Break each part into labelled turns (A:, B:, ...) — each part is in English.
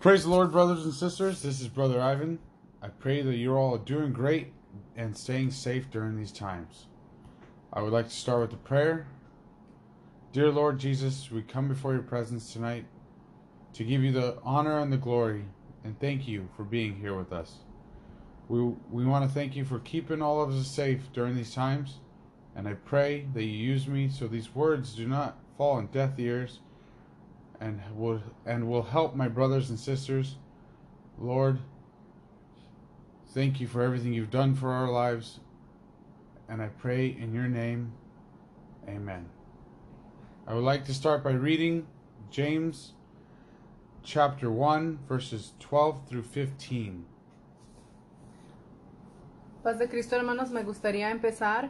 A: Praise the Lord, brothers and sisters. This is Brother Ivan. I pray that you're all doing great and staying safe during these times. I would like to start with a prayer. Dear Lord Jesus, we come before your presence tonight to give you the honor and the glory, and thank you for being here with us. We, we want to thank you for keeping all of us safe during these times, and I pray that you use me so these words do not fall on deaf ears and will and will help my brothers and sisters. Lord, thank you for everything you've done for our lives, and I pray in your name. Amen. I would like to start by reading James chapter 1 verses 12 through 15.
B: Paz de Cristo, hermanos, me gustaría empezar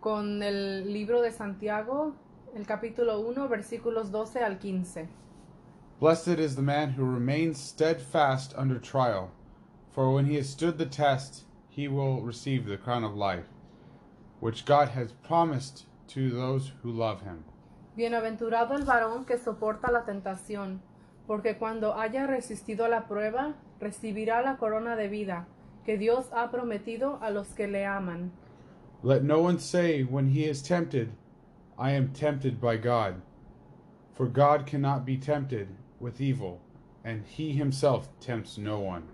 B: con el libro de Santiago, el capítulo 1, versículos 12 al 15.
A: Blessed is the man who remains steadfast under trial, for when he has stood the test, he will receive the crown of life, which God has promised to those who love him.
B: Bienaventurado el varón que soporta la tentación, porque cuando haya resistido la prueba, recibirá la corona de vida que Dios ha prometido a los que le aman.
A: Let no one say when he is tempted, I am tempted by God. For God cannot be tempted with evil, and he himself tempts no one.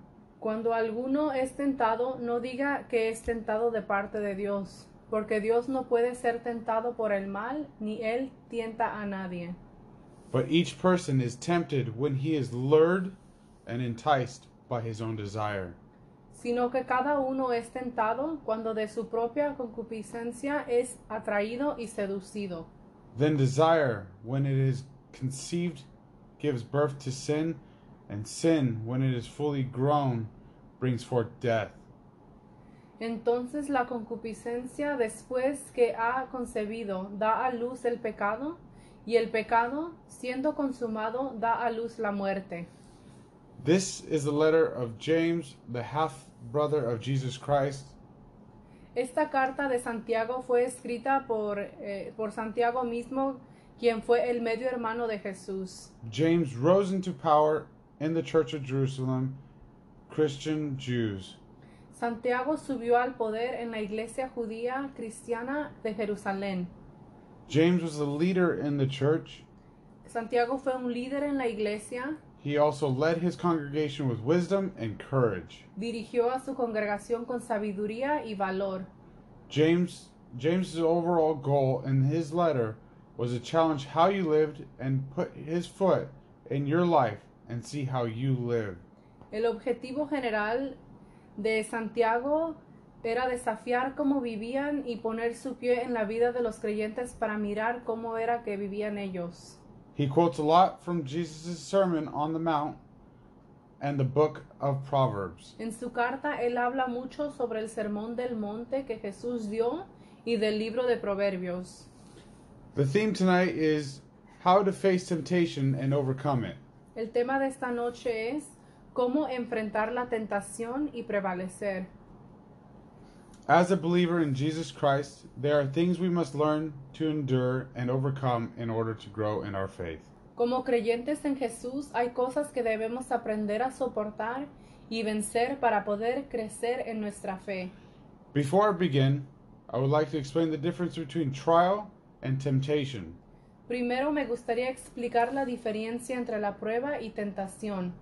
B: Cuando alguno es tentado, no diga que es tentado de parte de Dios, porque Dios no puede ser tentado por el mal, ni él tienta a nadie.
A: But each person is tempted when he is lured and enticed by his own desire.
B: sino que cada uno es tentado cuando de su propia concupiscencia es atraído y seducido.
A: Then desire, when it is conceived, gives birth to sin, and sin, when it is fully grown, brings forth death.
B: Entonces la concupiscencia después que ha concebido da a luz el pecado, y el pecado, siendo consumado, da a luz la muerte.
A: This is the letter of James, the half brother of Jesus Christ,
B: Esta carta de Santiago fue escrita por, eh, por Santiago mismo, quien fue el medio hermano de Jesús.
A: James rose into power in the church of Jerusalem, Christian Jews.
B: Santiago subió al poder en la iglesia judía cristiana de Jerusalén.
A: James was a leader in the church.
B: Santiago fue un líder en la iglesia,
A: He also led his congregation with wisdom and courage.
B: dirigió a su congregación con sabiduría y valor.
A: James James's overall goal in his letter was to challenge how you lived and put his foot in your life and see how you live.
B: El objetivo general de Santiago era desafiar cómo vivían y poner su pie en la vida de los creyentes para mirar cómo era que vivían ellos.
A: He quotes a lot from Jesus' Sermon on the Mount and the book of Proverbs.
B: En su carta él habla mucho sobre el sermón del monte que Jesús dio y del libro de Proverbios.
A: The theme tonight is how to face temptation and overcome it.
B: El tema de esta noche es cómo enfrentar la tentación y prevalecer.
A: As a believer in Jesus Christ, there are things we must learn to endure and overcome in order to grow in our faith.
B: Como creyentes en Jesús hay cosas que debemos aprender a soportar y vencer para poder crecer en nuestra fe.
A: Before I begin, I would like to explain the difference between trial and temptation.
B: Primero me gustaría explicar la diferencia entre la prueba y tentación.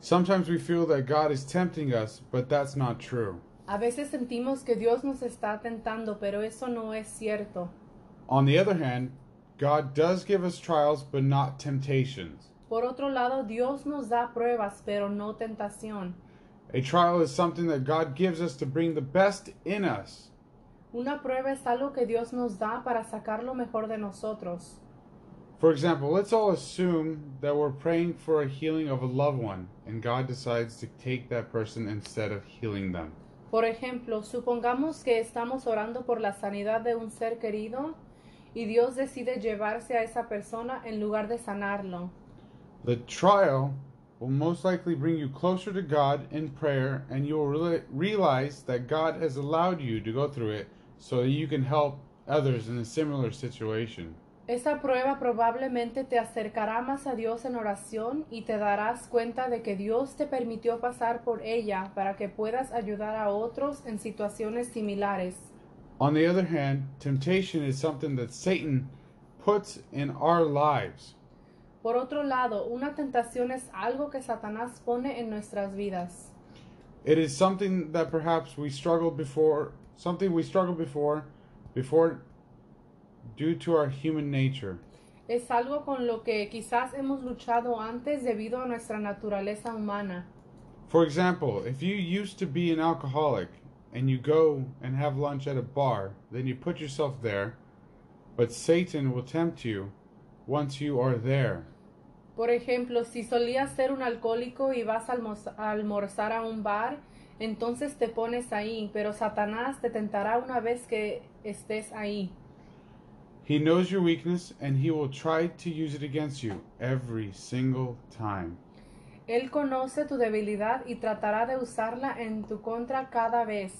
A: Sometimes we feel that God is tempting us, but that's not true.
B: A veces sentimos que Dios nos está tentando, pero eso no es cierto.
A: On the other hand, God does give us trials, but not temptations.
B: Por otro lado, Dios nos da pruebas, pero no tentación.
A: A trial is something that God gives us to bring the best in us.
B: Una prueba es algo que Dios nos da para sacar lo mejor de nosotros.
A: For example, let's all assume that we're praying for a healing of a loved one, and God decides to take that person instead of healing them.
B: Por ejemplo, supongamos que estamos orando por la sanidad de un ser querido y Dios decide llevarse a esa persona en lugar de sanarlo.
A: The trial will most likely bring you closer to God in prayer, and you'll reali- realize that God has allowed you to go through it so that you can help others in a similar situation.
B: Esa prueba probablemente te acercará más a Dios en oración y te darás cuenta de que Dios te permitió pasar por ella para que puedas ayudar a otros en situaciones similares.
A: On the other hand, temptation is something that Satan puts in our lives.
B: Por otro lado, una tentación es algo que Satanás pone en nuestras vidas.
A: It is something that perhaps we struggled before, something we struggled before, before due to our human nature.
B: Es algo con lo que quizás hemos luchado antes debido a nuestra naturaleza humana.
A: For example, if you used to be an alcoholic and you go and have lunch at a bar, then you put yourself there, but Satan will tempt you once you are there.
B: Por ejemplo, si solías ser un alcohólico y vas a almoz- a almorzar a un bar, entonces te pones ahí, pero Satanás te tentará una vez que estés ahí.
A: He knows your weakness and he will try to use it against you every single time.
B: Él conoce tu debilidad y tratará de usarla en tu contra cada vez.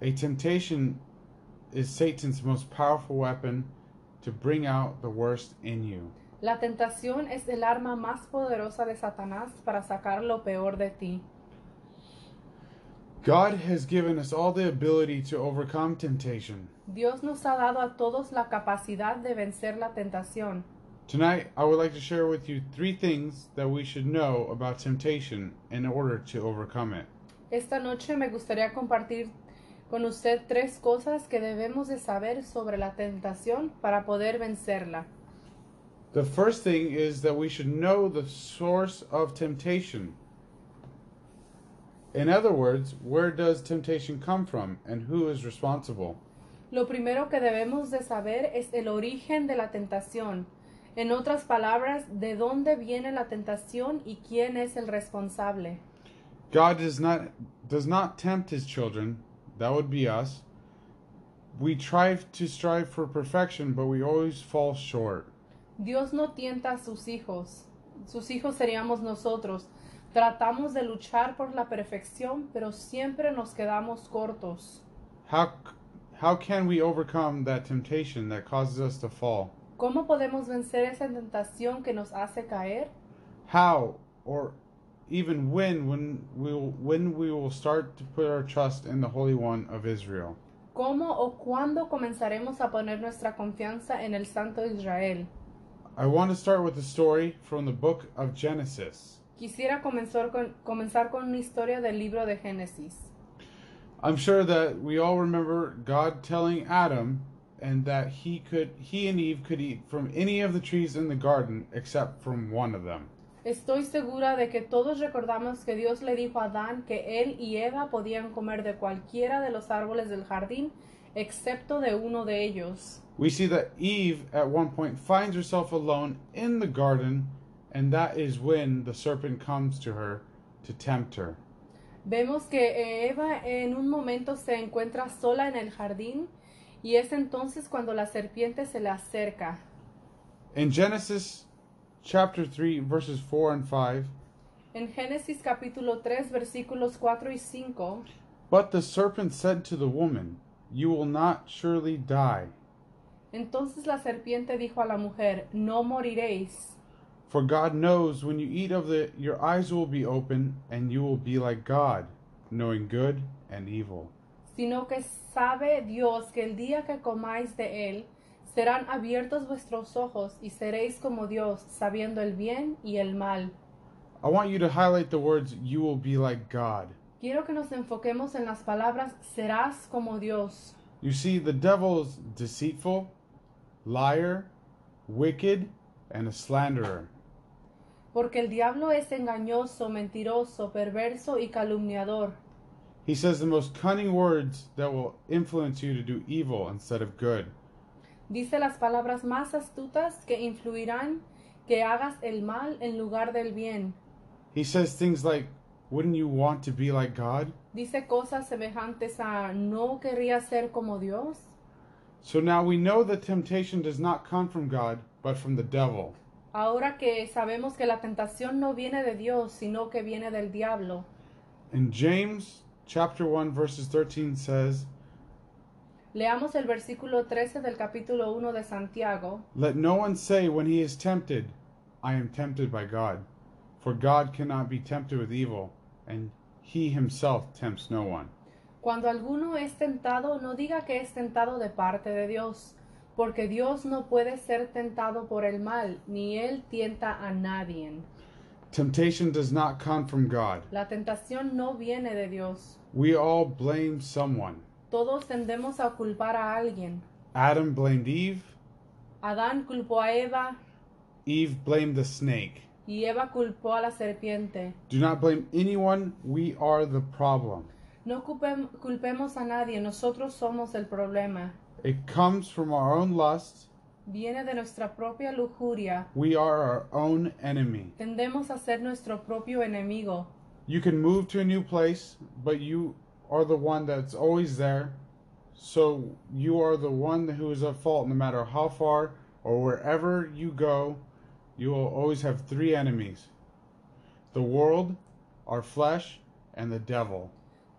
A: A temptation is Satan's most powerful weapon to bring out the worst in you.
B: La tentación es el arma más poderosa de Satanás para sacar lo peor de ti.
A: God has given us all the ability to overcome temptation.
B: Dios nos ha dado a todos la capacidad de vencer la tentación.
A: Tonight, I would like to share with you three things that we should know about temptation in order to overcome it.
B: Esta noche me gustaría compartir con usted tres cosas que debemos de saber sobre la tentación para poder vencerla.
A: The first thing is that we should know the source of temptation. In other words, where does temptation come from and who is responsible?
B: Lo primero que debemos de saber es el origen de la tentación. En otras palabras, de dónde viene la tentación y quién es el responsable.
A: God does not does not tempt his children. That would be us. We try to strive for perfection, but we always fall short.
B: Dios no tienta a sus hijos. Sus hijos seríamos nosotros. Tratamos de luchar por la perfección, pero siempre nos quedamos cortos.
A: How c- how can we overcome that temptation that causes us to fall?
B: ¿Cómo podemos vencer esa tentación que nos hace caer?
A: How or even when when we will, when we will start to put our trust in the Holy One of Israel.
B: ¿Cómo o cuándo comenzaremos a poner nuestra confianza en el Santo Israel?
A: I want to start with a story from the book of Genesis.
B: Quisiera comenzar con, comenzar con una historia del libro de Génesis.
A: I'm sure that we all remember God telling Adam and that he could he and Eve could eat from any of the trees in the garden except from one of them.
B: Estoy segura de que todos recordamos que Dios le dijo a Adán que él y Eva podían comer de cualquiera de los árboles del jardín, excepto de uno de ellos.
A: We see that Eve at one point finds herself alone in the garden and that is when the serpent comes to her to tempt her.
B: Vemos que eh, Eva en un momento se encuentra sola en el jardín y es entonces cuando la serpiente se le acerca.
A: In Genesis chapter 3 verses 4 and 5,
B: En Génesis capítulo 3 versículos 4 y 5
A: but the serpent said to the woman, you will not surely die.
B: Entonces la serpiente dijo a la mujer, no moriréis,
A: For God knows when you eat of it, your eyes will be open, and you will be like God, knowing good and evil.
B: sino que sabe Dios que el día que comáis de él, serán abiertos vuestros ojos y seréis como Dios, sabiendo el bien y el mal.
A: I want you to highlight the words, you will be like God.
B: Quiero que nos enfoquemos en las palabras serás como Dios.
A: You see, the devil is deceitful, liar, wicked, and a slanderer.
B: Porque el diablo es engañoso, mentiroso, perverso y calumniador.
A: He says the most cunning words that will influence you to do evil instead of good.
B: Dice las palabras más astutas que influirán que hagas el mal en lugar del bien.
A: He says things like, Wouldn't you want to be like God?
B: dice cosas semejantes a no querría ser como Dios.
A: So now we know that temptation does not come from God, but from the devil.
B: Ahora que sabemos que la tentación no viene de Dios, sino que viene del diablo.
A: And James chapter 1 verses 13 says,
B: Leamos el versículo 13 del capítulo 1 de Santiago.
A: Let no one say when he is tempted, I am tempted by God. For God cannot be tempted with evil, and he himself tempts no one.
B: Cuando alguno es tentado, no diga que es tentado de parte de Dios, porque Dios no puede ser tentado por el mal, ni él tienta a nadie.
A: Temptation does not come from God.
B: La tentación no viene de Dios.
A: We all blame someone.
B: Todos tendemos a culpar a alguien.
A: Adam blamed Eve,
B: Adán culpó a Eva
A: Eve blamed the snake.
B: y Eva culpó a la serpiente.
A: Do not blame anyone, we are the problem.
B: No culpem- culpemos a nadie, nosotros somos el problema.
A: It comes from our own lust,
B: Viene de nuestra propia lujuria.
A: we are our own enemy.
B: Tendemos a ser nuestro propio enemigo.
A: You can move to a new place, but you are the one that's always there. So you are the one who is at fault no matter how far or wherever you go. You will always have three enemies the world, our flesh, and the devil.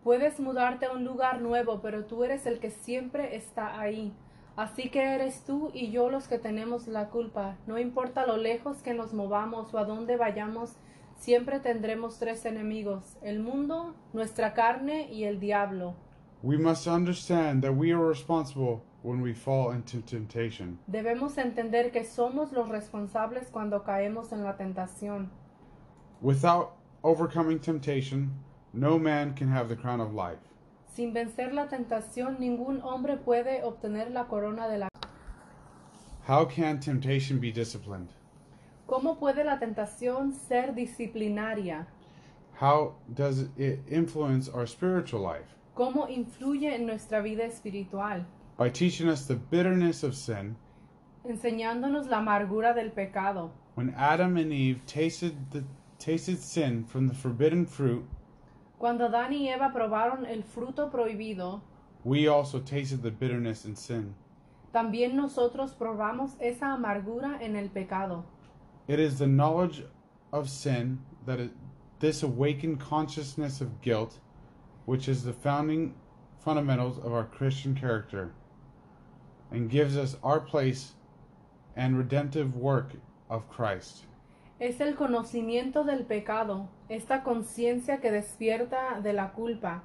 B: Puedes mudarte a un lugar nuevo, pero tú eres el que siempre está ahí. Así que eres tú y yo los que tenemos la culpa. No importa lo lejos que nos movamos o a dónde vayamos, siempre tendremos tres enemigos, el mundo, nuestra carne y el diablo.
A: We must understand that we are responsible when we fall into temptation.
B: Debemos entender que somos los responsables cuando caemos en la tentación.
A: Without overcoming temptation, no man can have the crown of life.
B: Sin vencer la tentación, ningún hombre puede obtener la corona de la...
A: How can temptation be disciplined?
B: ¿Cómo puede la tentación ser disciplinaria?
A: How does it influence our spiritual life?
B: ¿Cómo influye en nuestra vida espiritual?
A: By teaching us the bitterness of sin,
B: Enseñándonos la amargura del pecado.
A: when Adam and Eve tasted the tasted sin from the forbidden fruit,
B: Cuando Adán y Eva probaron el fruto prohibido,
A: we also tasted the bitterness in sin.
B: también nosotros probamos esa amargura en el pecado.
A: It is the knowledge of sin that it, this awakened consciousness of guilt, which is the founding fundamentals of our Christian character, and gives us our place and redemptive work of Christ.
B: Es el conocimiento del pecado, esta conciencia que despierta de la culpa,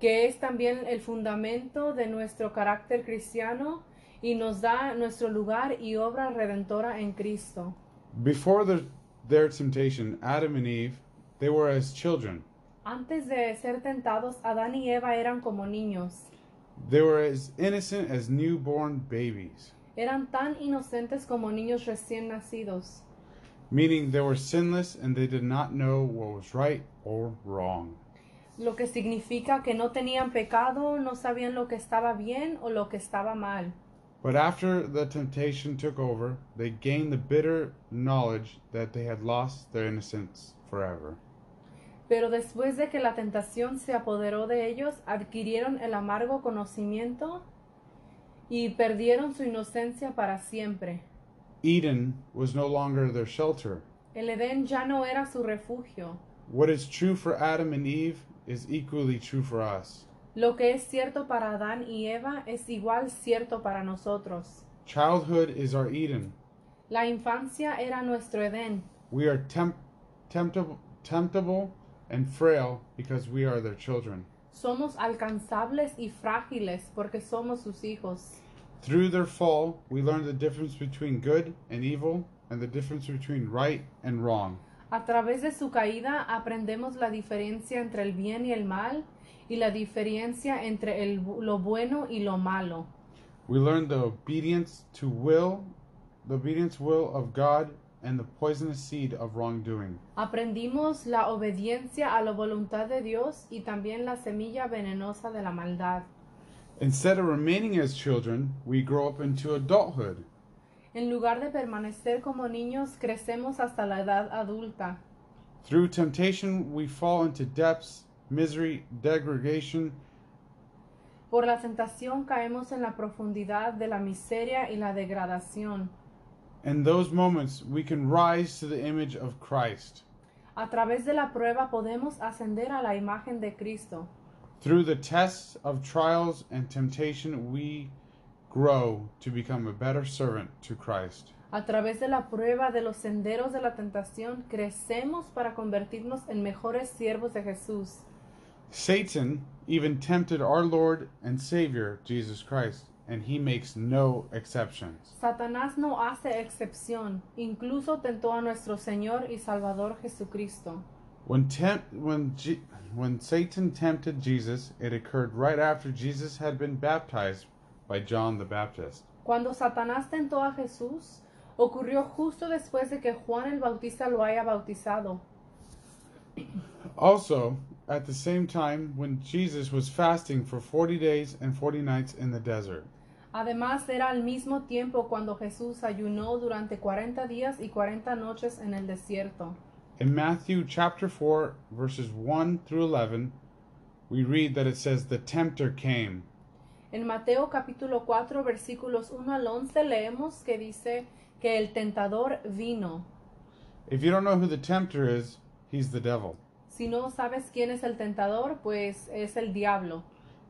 B: que es también el fundamento de nuestro carácter cristiano y nos da nuestro lugar y obra redentora en Cristo.
A: Before the, their temptation, Adam and Eve, they were as children.
B: Antes de ser tentados, Adán y Eva eran como niños.
A: They were as innocent as newborn babies,
B: Eran tan inocentes como niños recién nacidos.
A: meaning they were sinless and they did not know what was right or wrong.
B: Lo que significa que no tenían pecado, no sabían lo que estaba bien o lo que estaba mal.
A: But after the temptation took over, they gained the bitter knowledge that they had lost their innocence forever.
B: Pero después de que la tentación se apoderó de ellos, adquirieron el amargo conocimiento y perdieron su inocencia para siempre.
A: Eden was no longer their shelter.
B: El Edén ya no era su refugio.
A: What is true for Adam and Eve is equally true for us.
B: Lo que es cierto para Adán y Eva es igual cierto para nosotros.
A: Childhood is our Eden.
B: La infancia era nuestro Edén.
A: We are temp- temptable, temptable and frail because we are their children.
B: Somos alcanzables y frágiles porque somos sus hijos.
A: Through their fall, we learn the difference between good and evil and the difference between right and wrong.
B: A través de su caída aprendemos la diferencia entre el bien y el mal y la diferencia entre el bu- lo bueno y lo malo.
A: We learn the obedience to will, the obedience will of God, and the poisonous seed of wrongdoing.
B: Aprendimos la obediencia a la voluntad de Dios y también la semilla venenosa de la maldad.
A: Instead of remaining as children, we grow up into adulthood.
B: En lugar de permanecer como niños, crecemos hasta la edad adulta.
A: Through temptation, we fall into depths, misery, degradation,
B: Por la tentación caemos en la profundidad de la miseria y la degradación.
A: and those moments we can rise to the image of Christ.
B: A través de la prueba podemos ascender a la imagen de Cristo.
A: Through the tests of trials and temptation, we grow to become a better servant to Christ.
B: A través de la prueba de los senderos de la tentación, crecemos para convertirnos en mejores siervos de Jesús.
A: Satan even tempted our Lord and Savior, Jesus Christ, and he makes no exceptions.
B: Satanás no hace excepción, incluso tentó a nuestro Señor y Salvador Jesucristo.
A: When, temp- when, Je- when Satan tempted Jesus, it occurred right after Jesus had been baptized by John the Baptist.
B: Cuando Satanás tentó a Jesús, ocurrió justo después de que Juan el Bautista lo haya bautizado.
A: Also, at the same time, when Jesus was fasting for 40 days and 40 nights in the desert.
B: Además, era al mismo tiempo cuando Jesús ayunó durante 40 días y 40 noches en el desierto.
A: In Matthew chapter 4, verses 1 through 11, we read that it says, The tempter came.
B: En Mateo capítulo 4 versículos 1 al 11 leemos que dice que el tentador vino.
A: If you don't know who the tempter is, he's the devil.
B: Si no sabes quién es el tentador, pues es el diablo.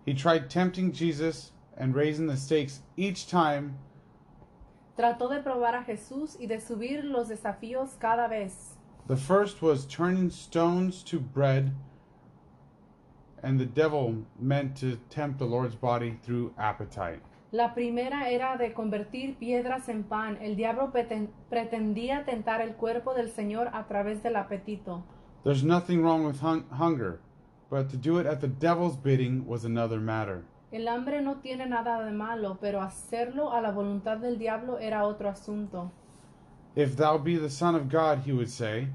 A: He tried tempting Jesus and raising the stakes each time
B: Trató de probar a Jesús y de subir los desafíos cada vez.
A: The first was turning stones to bread, and the devil meant to tempt the Lord's body through appetite.
B: La primera era de convertir piedras en pan. El diablo preten- pretendía tentar el cuerpo del Señor a través del apetito.
A: There's nothing wrong with hun- hunger, but to do it at the devil's bidding was another matter.
B: El hambre no tiene nada de malo, pero hacerlo a la voluntad del diablo era otro asunto.
A: If thou be the Son of God, he would say.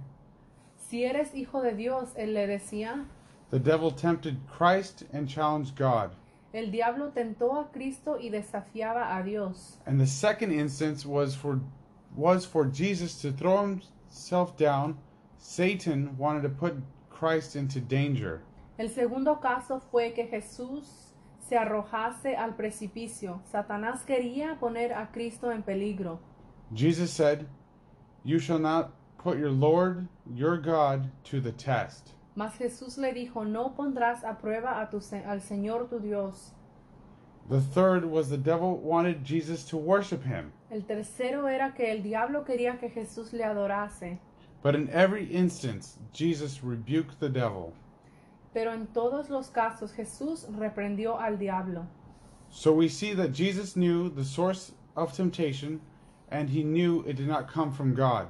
B: Si eres hijo de Dios, él le decía,
A: The devil tempted Christ and challenged God.
B: el diablo tentó a Cristo y desafiaba a Dios.
A: And the second instance was for was for Jesus to throw himself down. Satan wanted to put Christ into danger.
B: El segundo caso fue que Jesús se arrojase al precipicio. Satanás quería poner a Cristo en peligro.
A: Jesus said, You shall not put your Lord, your God, to the test.
B: Mas Jesús le dijo, no pondrás a prueba a tu se- al Señor tu Dios.
A: The third was the devil wanted Jesus to worship him,
B: El tercero era que el diablo quería que Jesús le adorase,
A: but in every instance, Jesus rebuked the devil.
B: pero en todos los casos Jesús reprendió al diablo.
A: So we see that Jesus knew the source of temptation, and he knew it did not come from God.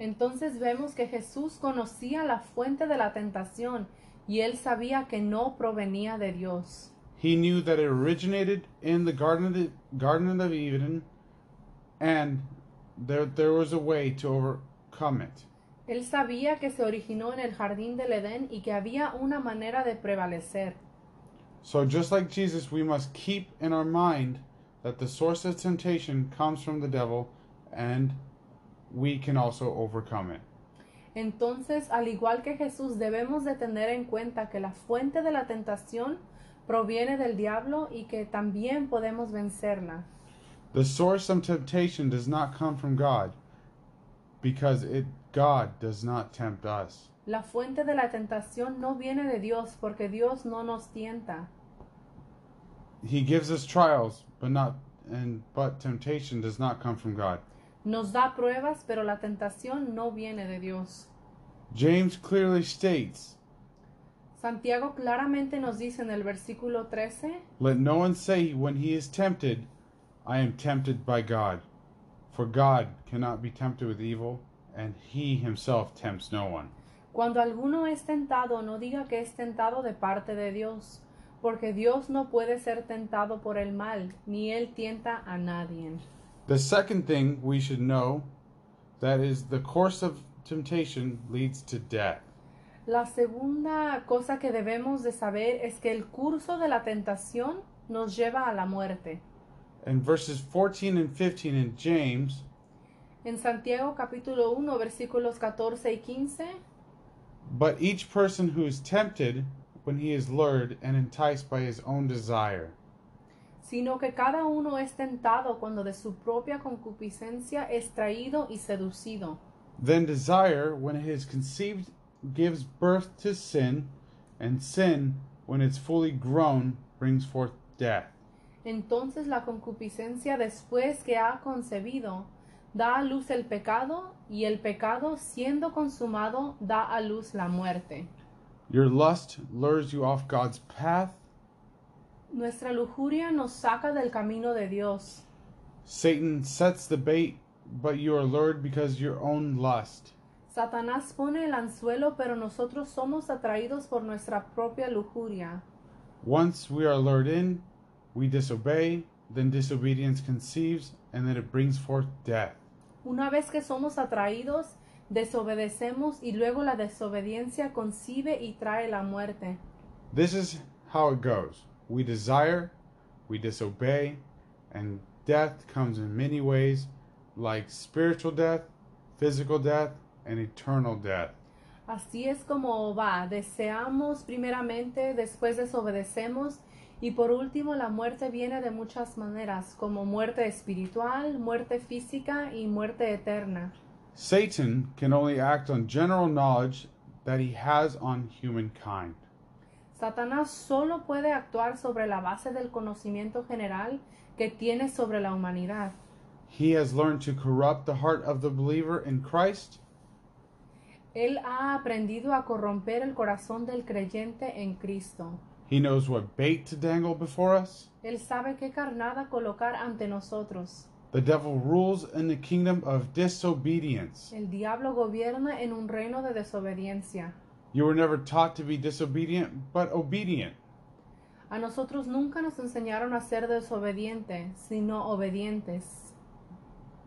B: Entonces vemos que Jesús conocía la fuente de la tentación y él sabía que no provenía de Dios.
A: He knew that it originated in the Garden of, the, Garden of Eden, and there, there was a way to overcome it.
B: Él sabía que se originó en el jardín del Edén y que había una manera de prevalecer.
A: So, just like Jesus, we must keep in our mind that the source of temptation comes from the devil and we can also overcome it.
B: Entonces, al igual que Jesús, debemos de tener en cuenta que la fuente de la tentación proviene del diablo y que también podemos vencerla.
A: The source of temptation does not come from God because it God does not tempt us.
B: La fuente de la tentación no viene de Dios porque Dios no nos tienta.
A: He gives us trials, but not and but temptation does not come from God.
B: Nos da pruebas, pero la tentación no viene de Dios.
A: James clearly states,
B: Santiago claramente nos dice en el versículo 13,
A: "Let no one say when he is tempted, I am tempted by God. For God cannot be tempted with evil, and he himself tempts no one.
B: Cuando alguno es tentado, no diga que es tentado de parte de Dios, porque Dios no puede ser tentado por el mal, ni él tienta a nadie.
A: The second thing we should know that is the course of temptation leads to death.
B: La segunda cosa que debemos de saber es que el curso de la tentación nos lleva a la muerte.
A: In verses 14 and 15 in James,
B: En Santiago capítulo 1 versículos 14 y 15,
A: but each person who is tempted when he is lured and enticed by his own desire.
B: sino que cada uno es tentado cuando de su propia concupiscencia es traído y seducido.
A: Then desire, when it is conceived, gives birth to sin, and sin, when it's fully grown, brings forth death.
B: Entonces la concupiscencia después que ha concebido da a luz el pecado y el pecado siendo consumado da a luz la muerte.
A: Your lust lures you off God's path.
B: Nuestra lujuria nos saca del camino de Dios.
A: Satan sets the bait, but you are lured because your own lust.
B: Satanás pone el anzuelo pero nosotros somos atraídos por nuestra propia lujuria.
A: Once we are lured in, we disobey, then disobedience conceives, and then it brings forth death.
B: Una vez que somos atraídos, desobedecemos y luego la desobediencia concibe y trae la muerte.
A: This is how it goes. We desire, we disobey, and death comes in many ways, like spiritual death, physical death, and eternal death.
B: Así es como va. Deseamos primeramente, después desobedecemos y por último la muerte viene de muchas maneras, como muerte espiritual, muerte física y muerte eterna.
A: Satan can only act on general knowledge that he has on humankind.
B: Satanás solo puede actuar sobre la base del conocimiento general que tiene sobre la humanidad.
A: He has learned to corrupt the heart of the believer in Christ
B: Él ha aprendido a corromper el corazón del creyente en Cristo.
A: He knows what bait to dangle before us.
B: Él sabe qué carnada colocar ante nosotros.
A: The devil rules in the kingdom of disobedience.
B: El diablo gobierna en un reino de desobediencia.
A: You were never taught to be disobedient, but obedient.
B: A nosotros nunca nos enseñaron a ser desobedientes, sino obedientes.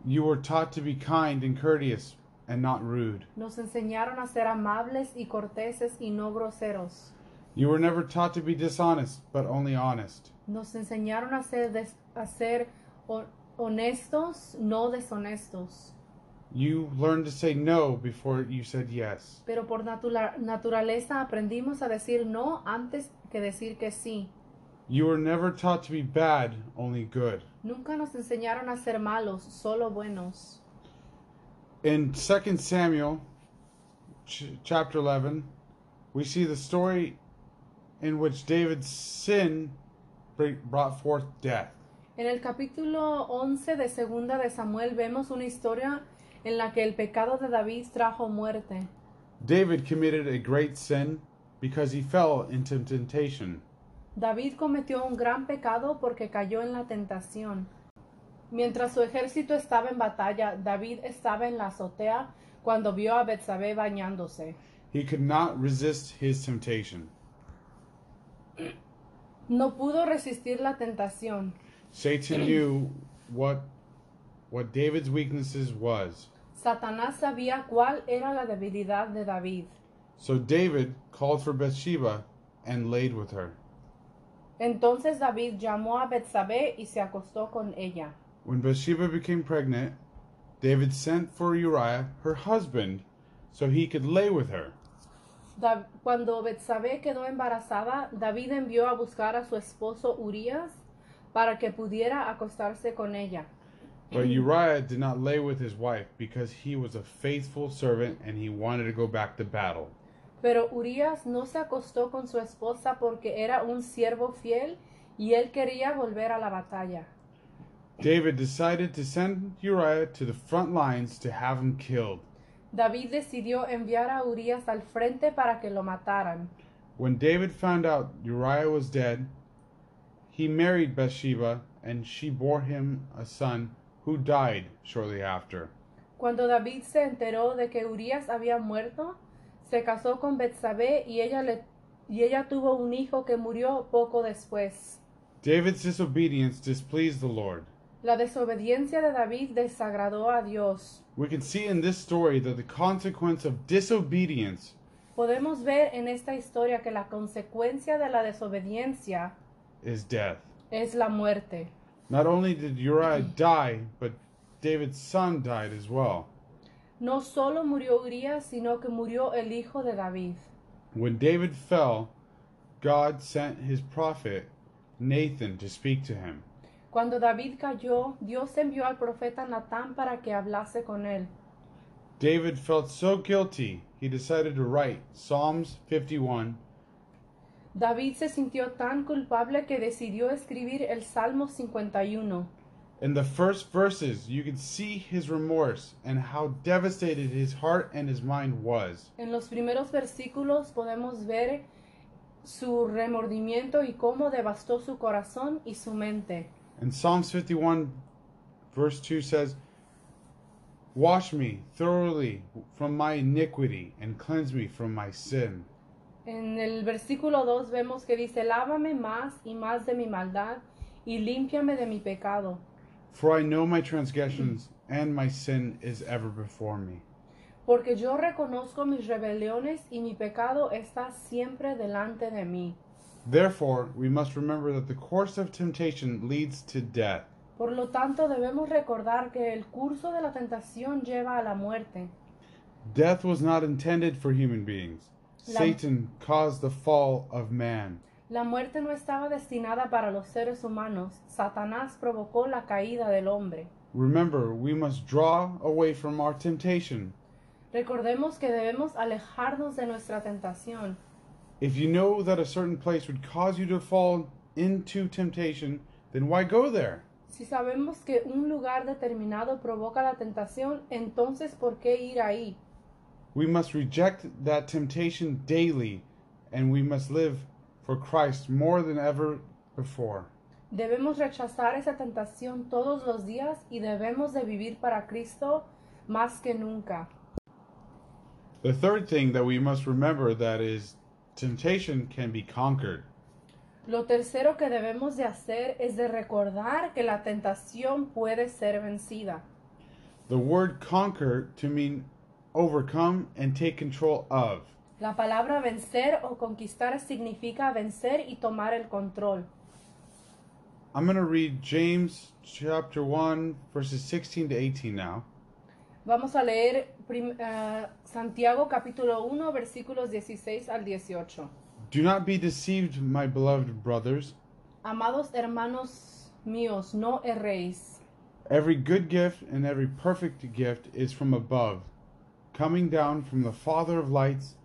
A: You were taught to be kind and courteous and not rude.
B: Nos enseñaron a ser amables y corteses y no groseros.
A: You were never taught to be dishonest, but only honest.
B: Nos enseñaron a ser, des- a ser ho- honestos, no deshonestos.
A: You learned to say no before you said yes.
B: Pero por natura- naturaleza aprendimos a decir no antes que decir que sí.
A: You were never taught to be bad, only good.
B: Nunca nos enseñaron a ser malos, solo buenos.
A: In 2 Samuel ch- chapter 11, we see the story in which David's sin br- brought forth death.
B: En el capítulo 11 de Segunda de Samuel vemos una historia en la que el pecado de David trajo muerte.
A: David committed a great sin because he fell into temptation.
B: David cometió un gran pecado porque cayó en la tentación. Mientras su ejército estaba en batalla, David estaba en la azotea cuando vio a Betsabé bañándose.
A: He could not resist his temptation.
B: No pudo resistir la tentación.
A: Satan knew what what David's weaknesses was.
B: Satanás sabía cuál era la debilidad de David.
A: So David called for Bathsheba and laid with her.
B: Entonces David llamó a Betsabé y se acostó con ella.
A: When Bathsheba became pregnant, David sent for Uriah, her husband, so he could lay with her.
B: Da- Cuando Betsabé quedó embarazada, David envió a buscar a su esposo Urías para que pudiera acostarse con ella.
A: But Uriah did not lay with his wife because he was a faithful servant and he wanted to go back to battle.
B: Pero Urías no se acostó con su esposa porque era un siervo fiel y él quería volver a la batalla.
A: David decided to send Uriah to the front lines to have him killed.
B: David decidió enviar a Urías al frente para que lo mataran.
A: When David found out Uriah was dead, he married Bathsheba and she bore him a son who died shortly after.
B: Cuando David se enteró de que Urías había muerto, se casó con Betsabé y ella, le- y ella tuvo un hijo que murió poco después.
A: David's disobedience displeased the Lord.
B: La desobediencia de David desagradó a Dios.
A: We can see in this story that the consequence of disobedience
B: Podemos ver en esta historia que la consecuencia de la desobediencia
A: is death.
B: es la muerte.
A: Not only did Uriah die, but David's son died as well.
B: No solo murió Urías, sino que murió el hijo de David.
A: When David fell, God sent his prophet Nathan to speak to him.
B: Cuando David cayó, Dios envió al profeta Natán para que hablase con él.
A: David felt so guilty, he decided to write Psalms 51
B: David se sintió tan culpable que decidió escribir el Salmo 51.
A: In the first verses, you can see his remorse and how devastated his heart and his mind was.
B: En los primeros versículos podemos ver su remordimiento y cómo devastó su corazón y su mente.
A: And Psalms 51, verse 2 says, Wash me thoroughly from my iniquity and cleanse me from my sin.
B: En el versículo 2 vemos que dice, lávame más y más de mi maldad y límpiame de mi pecado,
A: For I know my transgressions and my sin is ever before me.
B: porque yo reconozco mis rebeliones y mi pecado está siempre delante de mí.
A: Therefore, we must remember that the course of temptation leads to death.
B: Por lo tanto, debemos recordar que el curso de la tentación lleva a la muerte.
A: Death was not intended for human beings.
B: La-
A: Satan caused the fall of man.
B: La muerte no estaba destinada para los seres humanos. Satanás provocó la caída del hombre.
A: Remember, we must draw away from our temptation.
B: Recordemos que debemos alejarnos de nuestra tentación.
A: If you know that a certain place would cause you to fall into temptation, then why go there?
B: Si sabemos que un lugar determinado provoca la tentación, entonces ¿por qué ir ahí?
A: We must reject that temptation daily, and we must live for Christ more than ever before.
B: Debemos rechazar esa tentación todos los días y debemos de vivir para Cristo más que nunca.
A: The third thing that we must remember that is temptation can be conquered.
B: Lo tercero que debemos de hacer es de recordar que la tentación puede ser vencida.
A: The word conquer to mean overcome and take control of.
B: La palabra vencer o conquistar significa vencer y tomar el control.
A: I'm going to read James chapter 1 verses 16 to 18 now.
B: Vamos a leer prim- eh, Santiago capítulo 1 versículos 16 al 18.
A: Do not be deceived, my beloved brothers.
B: Amados hermanos míos, no erréis,
A: Every good gift and every perfect gift is from above, coming down from the Father of lights,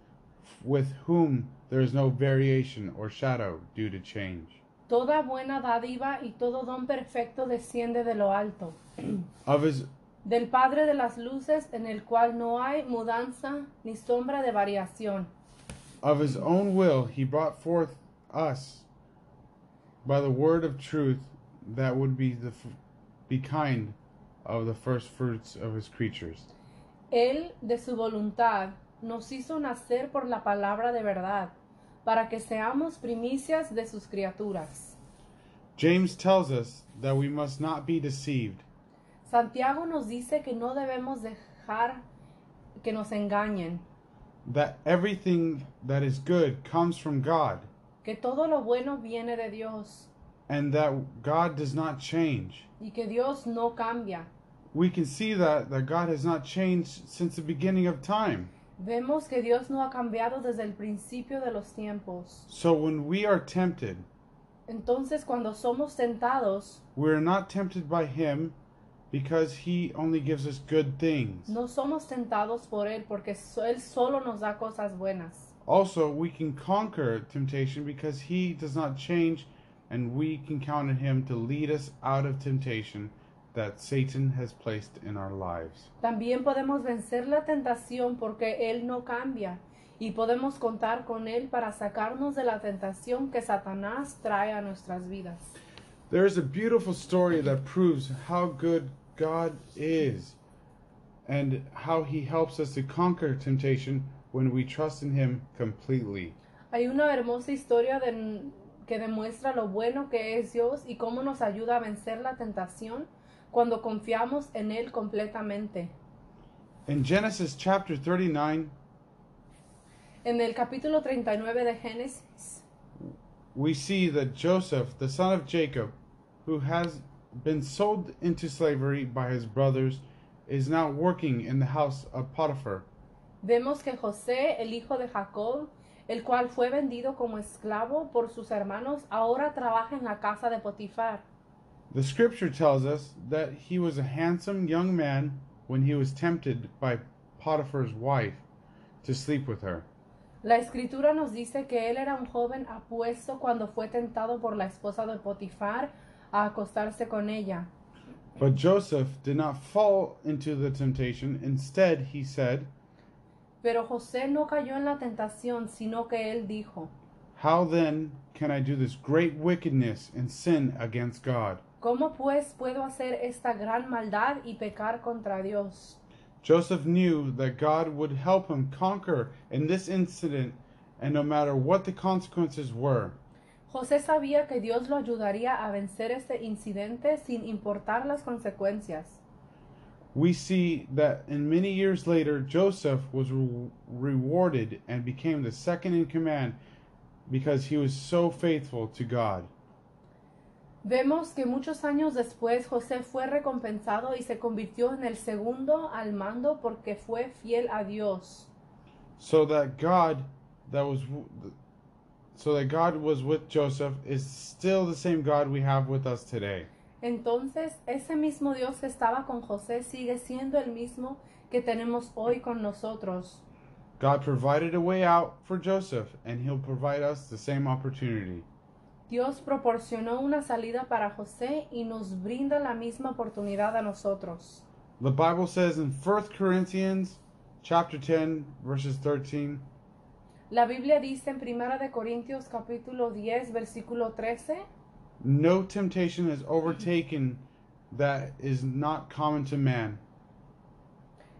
A: with whom there is no variation or shadow due to change.
B: toda buena dádiva y todo don perfecto desciende de lo alto,
A: Of his
B: del Padre de las luces, en el cual no hay mudanza ni sombra de variación,
A: of his own will he brought forth us by the word of truth that would be the f- be kind of the first fruits of his creatures.
B: Él, de su voluntad, nos hizo nacer por la palabra de verdad, para que seamos primicias de sus criaturas.
A: James tells us that we must not be deceived.
B: Santiago nos dice que no debemos dejar que nos engañen,
A: that everything that is good comes from God,
B: que todo lo bueno viene de Dios
A: and that God does not change.
B: y que Dios no cambia.
A: We can see that, that God has not changed since the beginning of time.
B: Vemos que Dios no ha cambiado desde el principio de los tiempos.
A: So when we are tempted,
B: Entonces cuando somos tentados,
A: we are not tempted by Him because He only gives us good things.
B: no somos tentados por Él porque so- Él solo nos da cosas buenas.
A: Also, we can conquer temptation because He does not change, and we can count on Him to lead us out of temptation that Satan has placed in our lives.
B: También podemos vencer la tentación porque Él no cambia y podemos contar con Él para sacarnos de la tentación que Satanás trae a nuestras vidas.
A: There is a beautiful story that proves how good God is and how he helps us to conquer temptation when we trust in him completely.
B: Hay una hermosa historia de- que demuestra lo bueno que es Dios y cómo nos ayuda a vencer la tentación cuando confiamos en Él completamente.
A: In Genesis chapter 39,
B: En el capítulo 39 de Génesis
A: we see that Joseph, the son of Jacob, who has been sold into slavery by his brothers, is now working in the house of Potiphar.
B: vemos que José, el hijo de Jacob, el cual fue vendido como esclavo por sus hermanos, ahora trabaja en la casa de Potifar.
A: The scripture tells us that he was a handsome young man when he was tempted by Potiphar's wife to sleep with her.
B: La escritura nos dice que él era un joven apuesto cuando fue tentado por la esposa de Potifar a acostarse con ella.
A: But Joseph did not fall into the temptation. Instead, he said,
B: Pero José no cayó en la tentación, sino que él dijo,
A: How then can I do this great wickedness and sin against God?
B: ¿Cómo pues puedo hacer esta gran maldad y pecar contra Dios?
A: Joseph knew that God would help him conquer in this incident, and no matter what the consequences were.
B: José sabía que Dios lo ayudaría a vencer este incidente sin importar las consecuencias.
A: We see that in many years later, Joseph was re- rewarded and became the second in command because he was so faithful to God.
B: Vemos que muchos años después José fue recompensado y se convirtió en el segundo al mando porque fue fiel a Dios.
A: So that God that was so that God was with Joseph is still the same God we have with us today.
B: Entonces, ese mismo Dios que estaba con José sigue siendo el mismo que tenemos hoy con nosotros.
A: God provided a way out for Joseph, and he'll provide us the same opportunity.
B: Dios proporcionó una salida para José y nos brinda la misma oportunidad a nosotros.
A: The Bible says in 1 Corinthians chapter 10 verses 13,
B: La Biblia dice en 1 de Corintios capítulo 10 versículo 13,
A: no temptation has overtaken that is not common to man,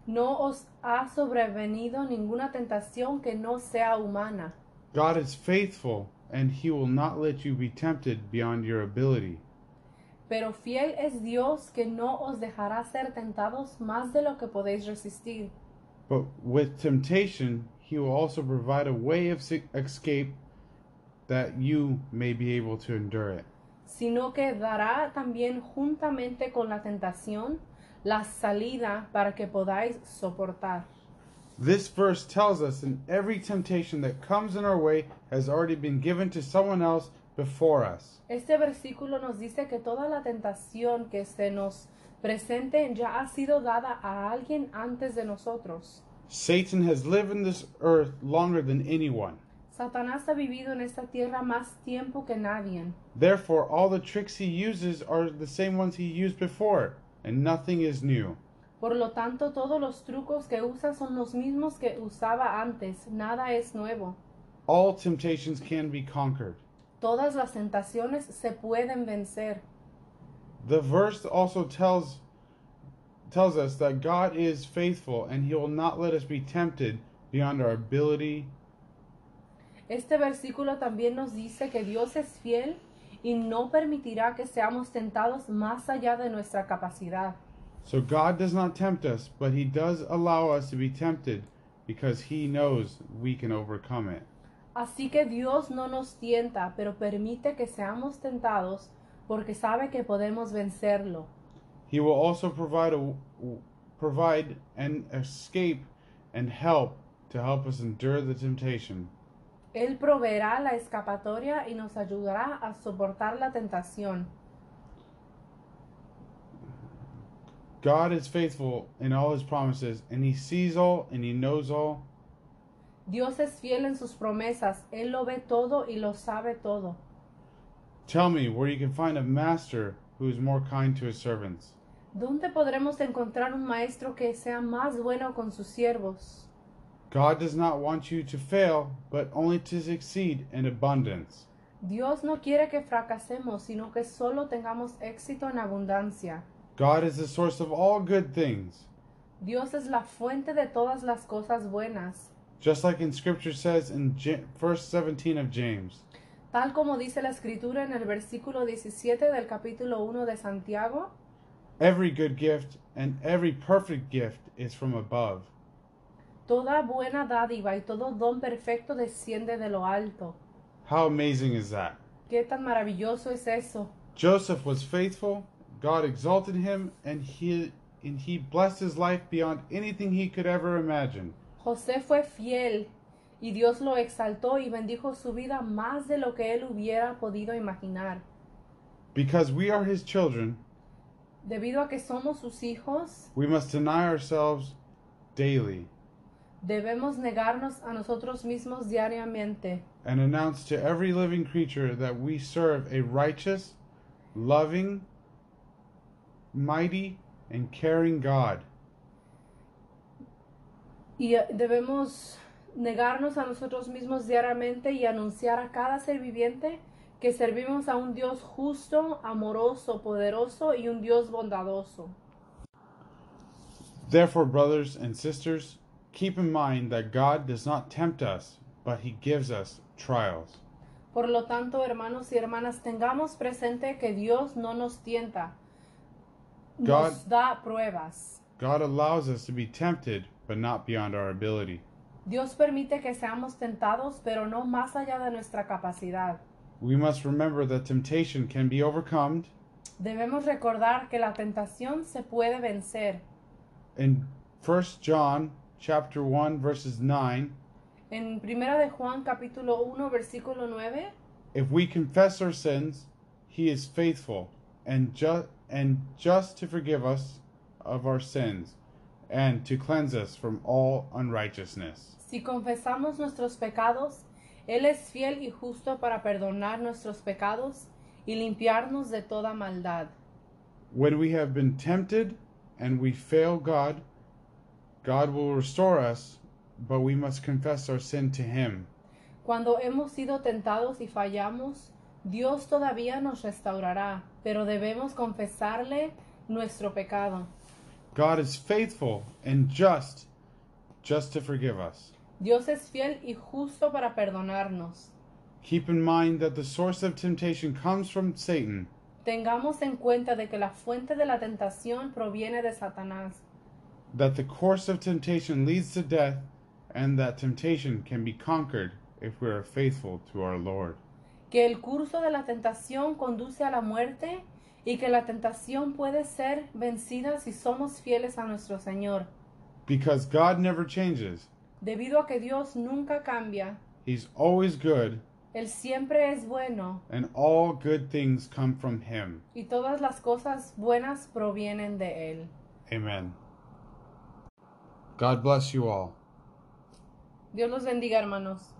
B: no os ha sobrevenido ninguna tentación que no sea humana,
A: God is faithful, and He will not let you be tempted beyond your ability.
B: pero fiel es Dios que no os dejará ser tentados más de lo que podéis resistir.
A: But with temptation, He will also provide a way of se- escape that you may be able to endure it.
B: sino que dará también juntamente con la tentación la salida para que podáis soportar.
A: This verse tells us that every temptation that comes in our way has already been given to someone else before us.
B: Este versículo nos dice que toda la tentación que se nos presente ya ha sido dada a alguien antes de nosotros.
A: Satan has lived in this earth longer than anyone.
B: Satanás ha vivido en esta tierra más tiempo que nadie,
A: Therefore, all the tricks he uses are the same ones he used before, and nothing is new.
B: por lo tanto todos los trucos que usa son los mismos que usaba antes, nada es nuevo.
A: All temptations can be conquered.
B: Todas las tentaciones se pueden vencer.
A: The verse also tells tells us that God is faithful and he will not let us be tempted beyond our ability.
B: Este versículo también nos dice que Dios es fiel y no permitirá que seamos tentados más allá de nuestra capacidad.
A: So God does not tempt us, but he does allow us to be tempted because he knows we can overcome it.
B: Así que Dios no nos tienta, pero permite que seamos tentados porque sabe que podemos vencerlo.
A: He will also provide a provide an escape and help to help us endure the temptation.
B: Él proveerá la escapatoria y nos ayudará a soportar la tentación.
A: God is faithful in all his promises and he sees all and he knows all.
B: Dios es fiel en sus promesas, Él lo ve todo y lo sabe todo.
A: Tell me where you can find a master who is more kind to his servants.
B: ¿Dónde podremos encontrar un maestro que sea más bueno con sus siervos?
A: God does not want you to fail, but only to succeed in abundance.
B: Dios no quiere que fracasemos, sino que solo tengamos éxito en abundancia.
A: God is the source of all good things.
B: Dios es la fuente de todas las cosas buenas,
A: Just like in scripture says in Ja- verse 17 of James,
B: tal como dice la escritura en el versículo 17 del capítulo 1 de Santiago,
A: every good gift and every perfect gift is from above,
B: toda buena dádiva y todo don perfecto desciende de lo alto.
A: How amazing is that?
B: ¿Qué tan maravilloso es eso?
A: Joseph was faithful, God exalted him, and he and he blessed his life beyond anything he could ever imagine.
B: José fue fiel y Dios lo exaltó y bendijo su vida más de lo que él hubiera podido imaginar.
A: Because we are his children,
B: Debido a que somos sus hijos,
A: we must deny ourselves daily.
B: Debemos negarnos a nosotros mismos diariamente
A: and announce to every living creature that we serve a righteous, loving, mighty, and caring God.
B: y eh, debemos negarnos a nosotros mismos diariamente y anunciar a cada ser viviente que servimos a un Dios justo, amoroso, poderoso y un Dios bondadoso.
A: Therefore, brothers and sisters, keep in mind that God does not tempt us, but He gives us trials.
B: Por lo tanto, hermanos y hermanas, tengamos presente que Dios no nos tienta, nos
A: God-
B: da pruebas.
A: God allows us to be tempted, but not beyond our ability.
B: Dios permite que seamos tentados, pero no más allá de nuestra capacidad.
A: We must remember that temptation can be overcome,
B: Debemos recordar que la tentación se puede vencer.
A: in 1 John chapter 1 verses 9,
B: En 1 de Juan capítulo 1 versículo 9
A: if we confess our sins, he is faithful and just and just to forgive us of our sins and to cleanse us from all unrighteousness.
B: Si confesamos nuestros pecados, Él es fiel y justo para perdonar nuestros pecados y limpiarnos de toda maldad.
A: When we have been tempted and we fail God, God will restore us, but we must confess our sin to him.
B: Cuando hemos sido tentados y fallamos, Dios todavía nos restaurará, pero debemos confesarle nuestro pecado.
A: God is faithful and just just to forgive us.
B: Dios es fiel y justo para perdonarnos.
A: Keep in mind that the source of temptation comes from Satan.
B: Tengamos en cuenta de que la fuente de la tentación proviene de Satanás,
A: that the course of temptation leads to death, and that temptation can be conquered if we are faithful to our Lord.
B: que el curso de la tentación conduce a la muerte y que la tentación puede ser vencida si somos fieles a nuestro Señor.
A: Because God never changes,
B: Debido a que Dios nunca cambia,
A: He's always good,
B: Él siempre es bueno
A: and all good things come from Him.
B: y todas las cosas buenas provienen de Él.
A: Amen. God bless you all.
B: Dios los bendiga, hermanos.